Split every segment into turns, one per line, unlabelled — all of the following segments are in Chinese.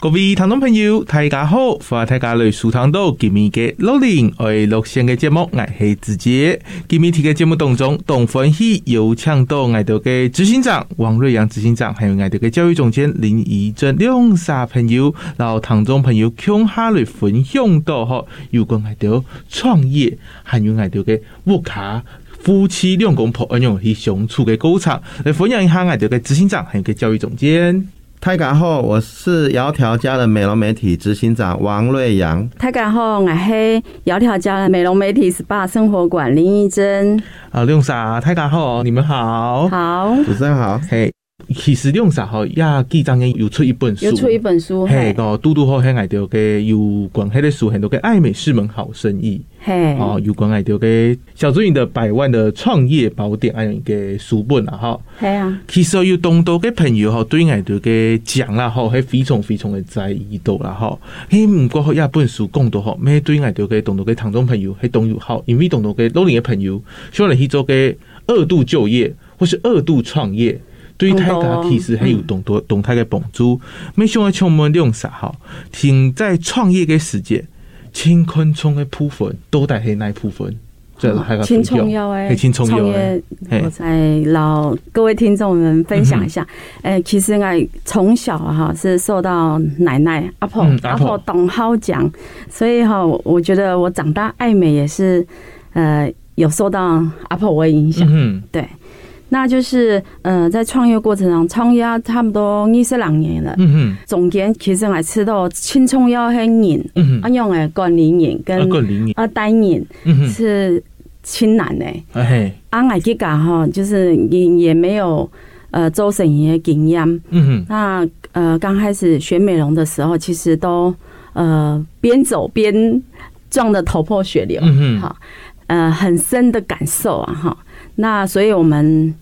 各位听众朋友，大家好，欢迎大家来苏糖道今面嘅六零我係六线嘅节目，我系子杰。今面睇嘅节目当中，董欢喜有请到我哋嘅执行长王瑞阳执行长，还有我哋嘅教育总监林怡珍两三朋友，然后听众朋友向下来分享到嗬，有关我哋创业，还有我哋嘅沃卡。夫妻两公婆，安样去相处嘅过程，来分享一下我哋嘅执行长，还有嘅教育总监。
泰港后，我是窈窕家的美容媒体执行长王瑞阳。
大家好，我是窈窕家的美容媒体 SPA 生活馆林依珍。
啊，亮嫂，大家好，你们好。
好，
主持人好，
嘿，其实亮嫂吼，也几张年有出一本书，
又出一本书，
嘿
嘿，，
个嘟嘟好喺爱到嘅有关系的书，很多嘅爱美是门好生意
嘿，
哦，有关爱到嘅小朱颖的百万的创业宝典，安样嘅书本啊哈。
嘿啊，
其實要動到嘅朋友吼，對我哋嘅講啦吼，係非常非常嘅在意到啦吼。嘿，唔過吼，一本書講到吼，咩對我哋嘅動到嘅聽眾朋友係動友好，因為動到嘅老年嘅朋友，想嚟去做嘅二度就業或是二度創業，對於大
動到
家
哦
其實係有動到動態嘅幫助。咩想嘅充滿兩啥吼，停在創業嘅世界，青昆蟲嘅部分都係係那一部分，即係大家
青
分享
葱腰哎，
係青葱
创
藥嘅。
业
嘿
我再老各位听众们分享一下，
嗯
哎、其实我从小哈、是受到奶奶阿婆、
嗯阿
阿
婆
婆董浩讲，所以哈、我我觉得我长大爱美也是，呃，有受到阿婆的影响。
嗯
对，那就是呃，在创业过程中，创业差不多二十两年了
哼。嗯哼
中间其实我吃到青葱药很瘾，
嗯哼
啊，用的管理瘾
啊，
跟
个零年，
啊单瘾
嗯哼，
是亲男的。
啊嘿，
啊，我自家哈，就是也也没有呃周生意的经验。
嗯
那呃刚开始学美容的时候，其实都呃边走边撞得头破血流
哼，。嗯哼，
好，呃，很深的感受啊，哈。那所以我们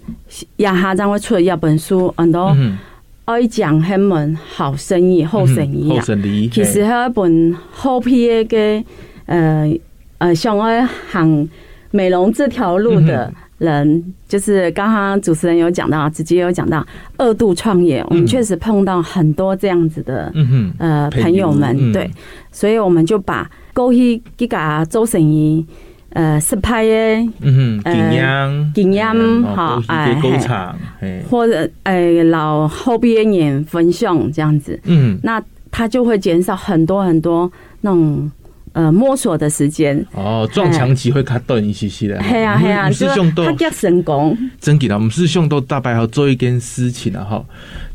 亚哈将会出了一本书，很多
嗯
爱讲他们好生意、
哼，
好生意
嗯后
啊。
生意，
其實係一本好偏嘅，呃呃，想要行美容這條路
嗯
的人，就是剛剛主持人有講到，直接有講到二度創業，我們確實碰到很多這樣子的
嗯哼，
呃
朋友
朋友們，
嗯
對，所以我們就把過去幾個周成怡呃失敗嘅。
嗯哼，
呃
景央，
景仰好
哎，
哎
工厂，哎，
或者呃老后边也分享这样子，
嗯，
那他就会减少很多很多那种呃摸索的时间。
哦，撞墙机会卡顿一些些的，
嘿啊
嗯
嘿啊，
不
就是
用到
他叫神功，
真给啦，我们是想到大白好做一件事情啊哈，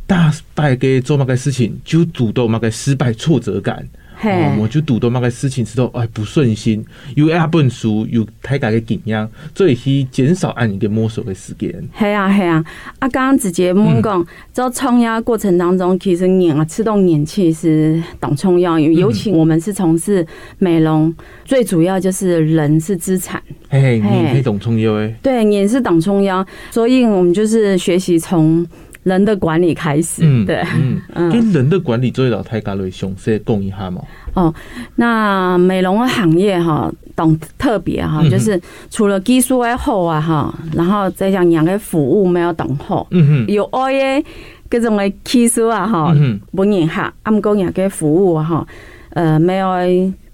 大败给做那个事情就赌到那个失败挫折感。
嘿，
哦我就赌到那个事情之后，哎，不顺心，有阿本书，有太大的景仰，所以去减少按你的摸索的时间。
嘿啊嘿啊。啊，刚刚直接问
嗯
讲，在创业过程当中，其实眼啊吃动眼气是懂重要，
嗯
尤其我们是从事美容，最主要就是人是资产。
嘿，你
嘿
可以懂冲游哎，
对，也是党中央，所以我们就是学习从人的管理开始。
嗯，
对，
嗯，
嗯，
跟人的管理做到太家类上色共一下嘛，
那美容的行业哈，懂特别哈，
嗯哼
就是除了技术爱好啊哈，然后再讲两个服务没有懂好，
嗯
有爱的各种的技术啊哈
哼，，嗯
不认哈，啊唔讲两个服务啊哈，呃，没有。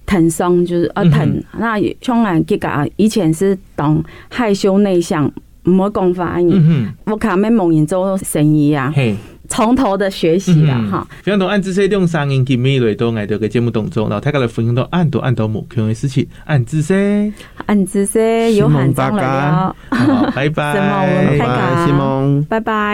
疼伤就是啊
嗯哼
疼，那像俺这个以前是懂害羞内向，没讲法安
嗯哼，
我卡面蒙眼做生意啊，
嘿，嗯
从头的学习啊了哈。
非常多按这些用声音给每类都爱到个节目当中，然后大家来分享到按到按到某样的事情，按这些，
俺只是有喊张了
希望
了，
好，拜
什么我
拜
们太。
拜
感
西蒙。
拜拜。